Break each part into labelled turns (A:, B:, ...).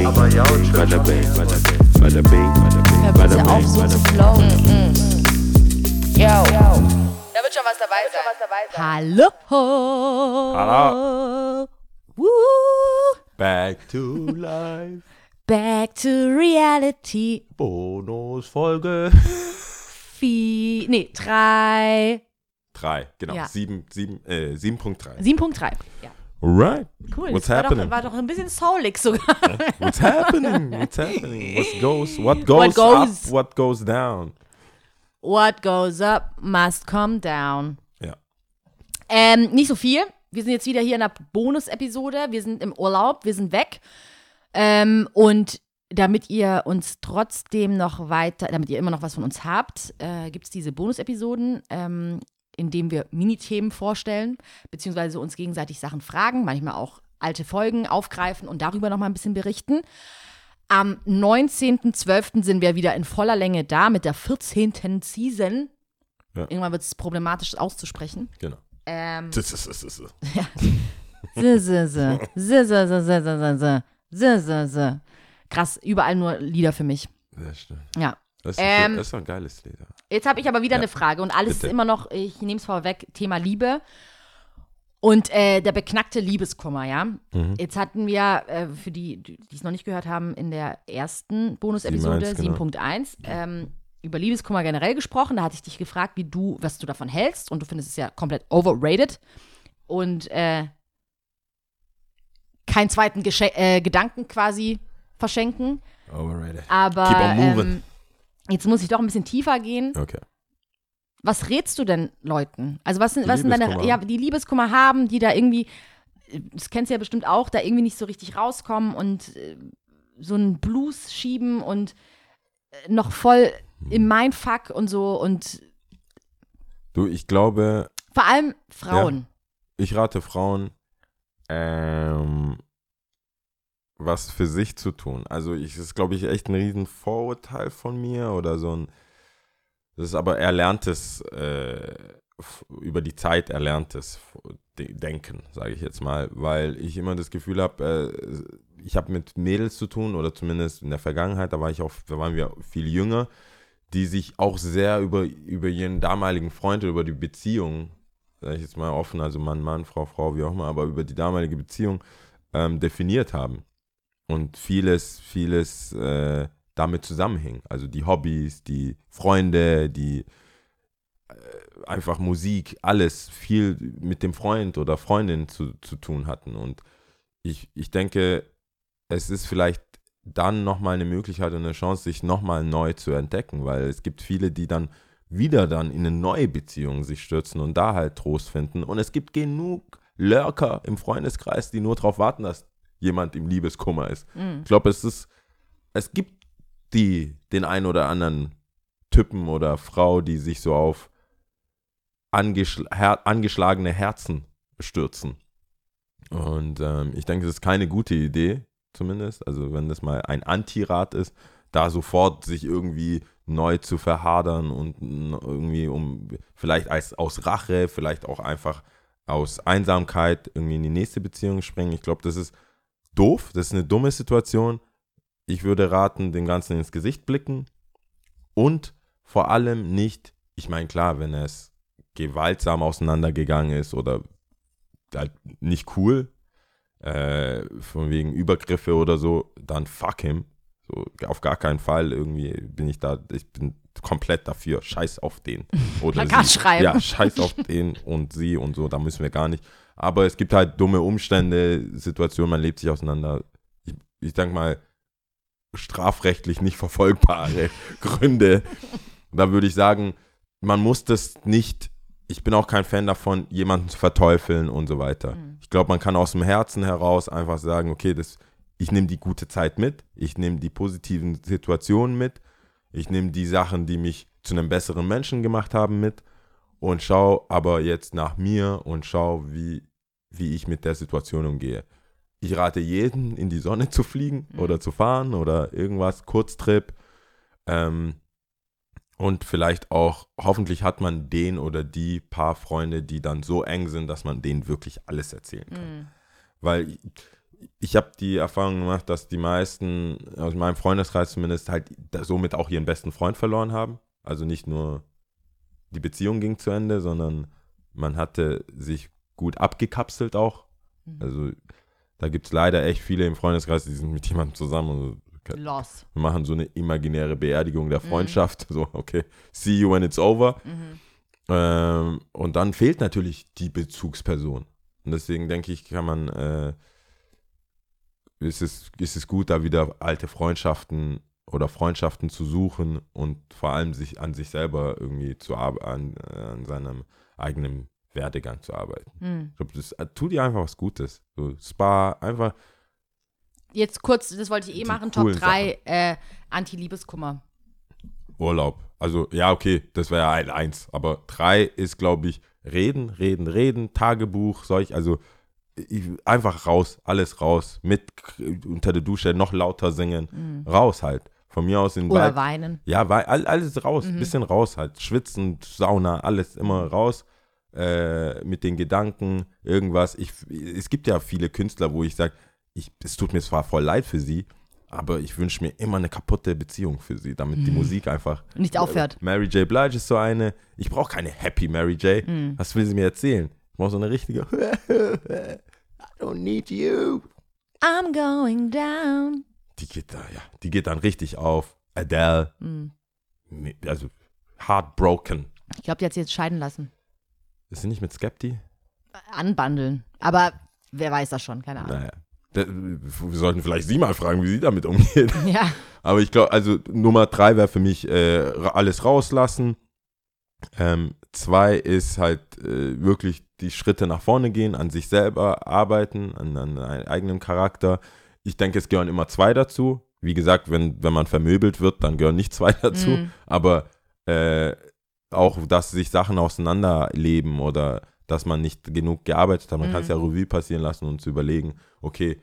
A: Bada bing, bada bing, bada bing, bada bing,
B: Hör
A: bada
B: bitte auf,
A: bing,
B: so Mm,
A: bada
B: zu
A: bing.
B: flowen.
C: Yo. Da wird schon was dabei sein.
B: Hallo.
A: Hallo.
B: Woo.
A: Back to life.
B: Back to reality.
A: Bonusfolge.
B: Vier, nee, drei.
A: 3, genau.
B: Ja.
A: 7, 7, äh, 7.3.
B: 7.3. Ja,
A: Alright.
B: cool.
A: What's
B: war,
A: happening?
B: Doch, war doch ein bisschen soulig sogar.
A: What's happening? What's happening? What goes, what goes,
B: goes-
A: up, what goes down?
B: What goes up must come down.
A: Ja.
B: Ähm, nicht so viel. Wir sind jetzt wieder hier in einer Bonus-Episode. Wir sind im Urlaub, wir sind weg. Ähm, und damit ihr uns trotzdem noch weiter, damit ihr immer noch was von uns habt, äh, gibt es diese Bonus-Episoden, ähm, in denen wir Minithemen vorstellen, beziehungsweise uns gegenseitig Sachen fragen, manchmal auch alte Folgen aufgreifen und darüber noch mal ein bisschen berichten. Am 19.12. sind wir wieder in voller Länge da mit der 14. Season.
A: Ja.
B: Irgendwann wird es problematisch das auszusprechen.
A: Genau.
B: Ähm,
A: Das ist, das ist, das ist.
B: Z, z, z. Z, z, z, z, z, z, z. Z, z, z. Krass, überall nur Lieder für mich.
A: Sehr schön.
B: Ja.
A: Das ist, ein-
B: Ähm,
A: das ist ein geiles Leder.
B: Jetzt habe ich aber wieder
A: Ja.
B: eine Frage und alles
A: Bitte.
B: ist immer noch, ich nehme es vorweg, Thema Liebe. Und äh, der beknackte Liebeskummer, ja.
A: Mhm.
B: Jetzt hatten wir, äh, für die, die es noch nicht gehört haben, in der ersten Bonusepisode
A: 7.1,
B: 7.1
A: genau.
B: ähm, über Liebeskummer generell gesprochen. Da hatte ich dich gefragt, wie du, was du davon hältst. Und du findest es ja komplett overrated. Und äh, keinen zweiten Gesche äh, Gedanken quasi verschenken.
A: Overrated.
B: Aber
A: Keep on moving.
B: ähm, jetzt muss ich doch ein bisschen tiefer gehen.
A: Okay.
B: Was rätst du denn Leuten? Also was sind, was sind deine,
A: Liebeskummer.
B: ja, die Liebeskummer haben, die da irgendwie, das kennst du ja bestimmt auch, da irgendwie nicht so richtig rauskommen und äh, so einen Blues schieben und äh, noch voll
A: Mhm.
B: im Mindfuck und so und
A: Du, ich glaube,
B: vor allem Frauen.
A: ich rate Frauen, ähm, was für sich zu tun. Also ich das ist, glaube ich, echt ein riesen Vorurteil von mir oder so ein, das ist aber erlerntes, äh, f- über die Zeit erlerntes De- Denken, sage ich jetzt mal, weil ich immer das Gefühl habe, äh, ich habe mit Mädels zu tun oder zumindest in der Vergangenheit, da war ich auch, da waren wir viel jünger, die sich auch sehr über, über ihren damaligen Freund oder über die Beziehung sag ich jetzt mal offen, also Mann, Mann, Frau, Frau, wie auch immer, aber über die damalige Beziehung ähm, definiert haben. Und vieles, vieles äh, damit zusammenhing. Also die Hobbys, die Freunde, die äh, einfach Musik, alles viel mit dem Freund oder Freundin zu, zu tun hatten. Und ich, ich denke, es ist vielleicht dann nochmal eine Möglichkeit und eine Chance, sich nochmal neu zu entdecken, weil es gibt viele, die dann wieder dann in eine neue Beziehung sich stürzen und da halt Trost finden. Und es gibt genug Lurker im Freundeskreis, die nur darauf warten, dass jemand im Liebeskummer ist.
B: Mhm. Hm.
A: Ich glaube, es ist, es gibt die, den einen oder anderen Typen oder Frau, die sich so auf angeschl her angeschlagene Herzen stürzen. Und ähm, ich denke, es ist keine gute Idee, zumindest. Also wenn das mal ein Antirat ist, da sofort sich irgendwie neu zu verhadern und n- irgendwie um vielleicht als aus Rache, vielleicht auch einfach aus Einsamkeit irgendwie in die nächste Beziehung springen. Ich glaube, das ist doof, das ist eine dumme Situation. Ich würde raten, dem Ganzen ins Gesicht blicken und vor allem nicht, ich meine, klar, wenn es gewaltsam auseinandergegangen ist oder halt nicht cool, äh, von wegen Übergriffe oder so, dann fuck him. So, auf gar keinen Fall irgendwie bin ich da, ich bin komplett dafür, scheiß auf den. Oder
B: Plakat
A: sie.
B: schreiben.
A: Ja, scheiß auf den und sie und so, da müssen wir gar nicht. Aber es gibt halt dumme Umstände, Situationen, man lebt sich auseinander. Ich, ich denke mal, strafrechtlich nicht verfolgbare Gründe. Da würde ich sagen, man muss das nicht, ich bin auch kein Fan davon, jemanden zu verteufeln und so weiter. Ich glaube, man kann aus dem Herzen heraus einfach sagen, okay, das, ich nehme die gute Zeit mit, ich nehme die positiven Situationen mit, ich nehme die Sachen, die mich zu einem besseren Menschen gemacht haben mit und schau aber jetzt nach mir und schau, wie, wie ich mit der Situation umgehe. Ich rate jedem, in die Sonne zu fliegen oder zu fahren oder irgendwas, Kurztrip. Ähm, und vielleicht auch, hoffentlich hat man den oder die paar
B: Mhm.
A: Freunde, die dann so eng sind, dass man denen wirklich alles erzählen kann. Weil ich, ich habe die Erfahrung gemacht, dass die meisten aus meinem Freundeskreis zumindest halt da- somit auch ihren besten Freund verloren haben. Also nicht nur die Beziehung ging zu Ende, sondern man hatte sich gut abgekapselt auch.
B: Mhm.
A: Also da gibt es leider echt viele im Freundeskreis, die sind mit jemandem zusammen und so,
B: Loss.
A: wir machen so eine imaginäre Beerdigung der Freundschaft. So, okay, see you when it's over.
B: Mhm.
A: Ähm, und dann fehlt natürlich die Bezugsperson. Und deswegen denke ich, kann man, äh, ist, es, ist es gut, da wieder alte Freundschaften oder Freundschaften zu suchen und vor allem sich an sich selber irgendwie zu arbe- an, an seinem eigenen Werdegang zu arbeiten.
B: Mhm.
A: Ich glaube, das äh, tu dir einfach was Gutes. So Spa, einfach
B: Jetzt kurz, das wollte ich eh
A: Die
B: machen, Top
A: coolen
B: 3 äh, Anti-Liebeskummer.
A: Urlaub. Also, ja, okay, das wäre ja ein eins. Aber drei ist, glaube ich, reden, reden, reden, Tagebuch, solch, also ich, einfach raus, alles raus, mit k- unter der Dusche noch lauter singen, raus halt. Von mir aus in den
B: Oder
A: Wald.
B: weinen.
A: Ja, weil all, alles raus, bisschen raus halt. Schwitzen, Sauna, alles immer raus. Äh, mit den Gedanken, irgendwas. Ich, es gibt ja viele Künstler, wo ich sage, ich, es tut mir zwar voll leid für sie, aber ich wünsche mir immer eine kaputte Beziehung für sie, damit die Musik einfach
B: Nicht aufhört.
A: Mary J. Blige ist so eine. Ich brauche keine Happy Mary J. Was will sie mir erzählen? Ich brauche so eine richtige. I don't need you.
B: I'm going down.
A: Die geht da, ja. Die geht dann richtig auf. Adele. Mi- Also, heartbroken.
B: Ich glaube, die hat sich jetzt scheiden lassen.
A: Ist sie nicht mit Skepti?
B: Anbandeln. Aber wer weiß das schon, keine Ahnung.
A: Naja. Da, wir sollten vielleicht sie mal fragen, wie sie damit umgeht.
B: Ja.
A: Aber ich glaube, also Nummer drei wäre für mich äh, ra- alles rauslassen. Ähm, zwei ist halt äh, wirklich die Schritte nach vorne gehen, an sich selber arbeiten, an, an einem eigenen Charakter. Ich denke, es gehören immer zwei dazu. Wie gesagt, wenn, wenn man vermöbelt wird, dann gehören nicht zwei dazu.
B: Mhm.
A: Aber äh, auch, dass sich Sachen auseinanderleben oder dass man nicht genug gearbeitet hat. Man kann es
B: Mhm.
A: ja Revue passieren lassen und zu überlegen, okay,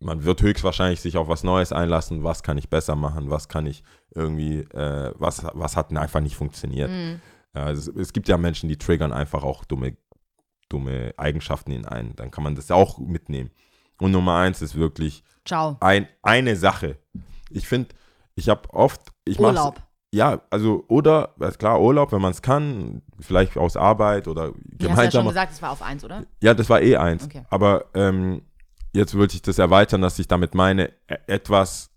A: man wird höchstwahrscheinlich sich auf was Neues einlassen, was kann ich besser machen, was kann ich irgendwie, äh, was, was hat denn einfach nicht funktioniert.
B: Mhm.
A: Ja, es, es gibt ja Menschen, die triggern einfach auch dumme, dumme Eigenschaften in einen. Dann kann man das ja auch mitnehmen. Und Nummer eins ist wirklich
B: Ciao.
A: ein, eine Sache. Ich finde, ich habe oft, ich mach's-
B: Urlaub.
A: ja, also oder, ist klar, Urlaub, wenn man es kann, vielleicht aus Arbeit oder
B: Du hast ja schon
A: gemeinsam.
B: gesagt, es war auf eins, oder?
A: Ja, das war eh eins.
B: Okay.
A: Aber ähm, jetzt würde ich das erweitern, dass ich damit meine, e- etwas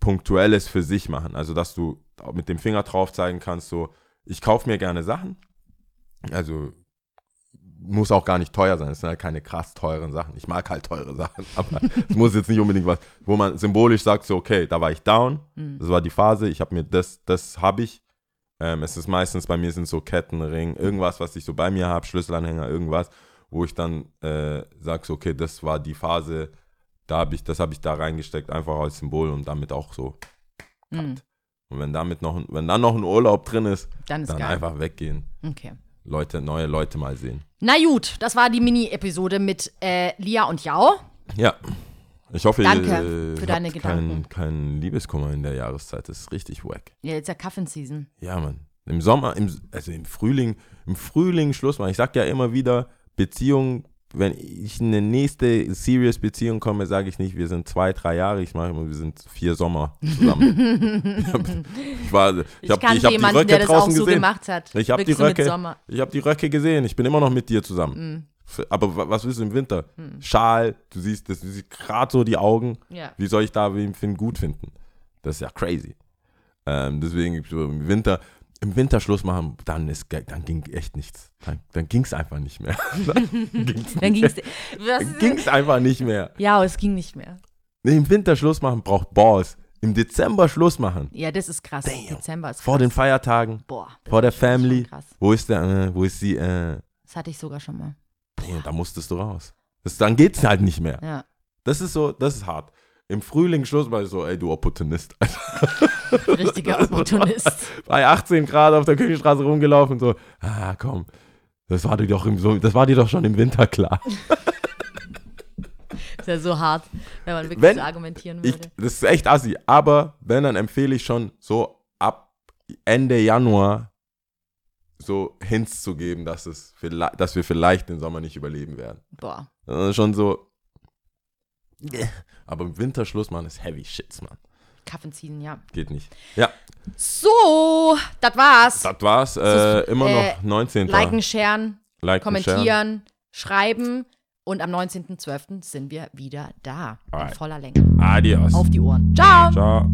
A: Punktuelles für sich machen. Also, dass du mit dem Finger drauf zeigen kannst, so, ich kaufe mir gerne Sachen. Also, muss auch gar nicht teuer sein. Es sind halt keine krass teuren Sachen. Ich mag halt teure Sachen, aber es muss jetzt nicht unbedingt was, wo man symbolisch sagt, so, okay, da war ich down, das war die Phase, ich habe mir das, das habe ich. Ähm, es ist meistens bei mir sind so Kettenring, irgendwas, was ich so bei mir habe, Schlüsselanhänger, irgendwas, wo ich dann äh, sage, so, okay, das war die Phase, da habe ich, das habe ich da reingesteckt, einfach als Symbol und damit auch so.
B: Mhm.
A: Und wenn damit noch, ein- wenn dann noch ein Urlaub drin ist,
B: Dann ist
A: dann
B: geil.
A: einfach weggehen,
B: Okay.
A: Leute, neue Leute mal sehen.
B: Na gut, das war die Mini-Episode mit äh, Lia und Jao.
A: Ja. Ich hoffe,
B: Danke
A: ihr äh,
B: für
A: habt
B: deine Gedanken.
A: keinen kein Liebeskummer in der Jahreszeit. Das ist richtig wack.
B: Ja, jetzt ist ja Kaffin-Season.
A: Ja, Mann. Im Sommer, im, also im Frühling, im Frühling Schluss machen. Ich sag ja immer wieder, Beziehung, wenn ich in eine nächste serious Beziehung komme, sage ich nicht, wir sind zwei, drei Jahre. Ich mache immer, wir sind vier Sommer zusammen. ich, hab, ich war, ich,
B: Ich,
A: hab,
B: kannte
A: ich hab die
B: jemanden,
A: Röcke
B: der das auch
A: draußen
B: so
A: gesehen.
B: gemacht hat.
A: Ich habe die
B: Büchse mit
A: Röcke,
B: Sommer. Mhm.
A: ich habe die Röcke gesehen. Ich bin immer noch mit dir zusammen. F- Aber wa- was willst du im Winter? Schal, du siehst, das, du siehst gerade so die Augen.
B: Ja.
A: Wie soll ich da wen Finn gut finden? Das ist ja crazy. Ähm, deswegen so im Winter, im Winter Schluss machen, dann ist, ge- dann ging echt nichts. Dann, dann ging es einfach nicht mehr.
B: Dann ging's. Was
A: Dann ging es einfach nicht mehr.
B: ja, es ging nicht mehr.
A: Nee, Im Winter Schluss machen braucht Balls. Im Dezember Schluss machen.
B: Ja, das ist krass. Dezember ist krass.
A: Vor den Feiertagen,
B: Boah, das
A: vor der
B: ist schon
A: Family.
B: Krass.
A: Wo ist der, äh, wo ist sie, äh,
B: Das hatte ich sogar schon mal.
A: Nee, da musstest du raus. Das, dann geht's halt nicht mehr.
B: Ja.
A: Das ist so, das ist hart. Im Frühling Schluss mal so, ey, du Opportunist.
B: Richtiger Opportunist.
A: Bei 18 Grad auf der Küchenstraße rumgelaufen, so, ah, komm. Das war dir doch im, so- das war dir doch schon im Winter klar.
B: Ist ja so hart, wenn man wirklich
A: Wenn
B: so argumentieren
A: Ich,
B: würde.
A: das ist echt assi. Aber wenn, dann empfehle ich schon so ab Ende Januar so Hints zu geben, dass, es vielleicht, dass wir vielleicht den Sommer nicht überleben werden.
B: Boah.
A: Äh, schon so, Aber im Winterschluss, Mann, ist heavy shits, Mann.
B: Kaffen ziehen, ja.
A: Geht nicht. Ja,
B: So, das war's.
A: das war's. Äh, immer noch 19.
B: Liken, sharen,
A: Liken,
B: kommentieren,
A: sharen.
B: schreiben. Und am 19.12. sind wir wieder da.
A: Alright.
B: In voller Länge.
A: Adios.
B: Auf die Ohren. Ciao.
A: Ciao.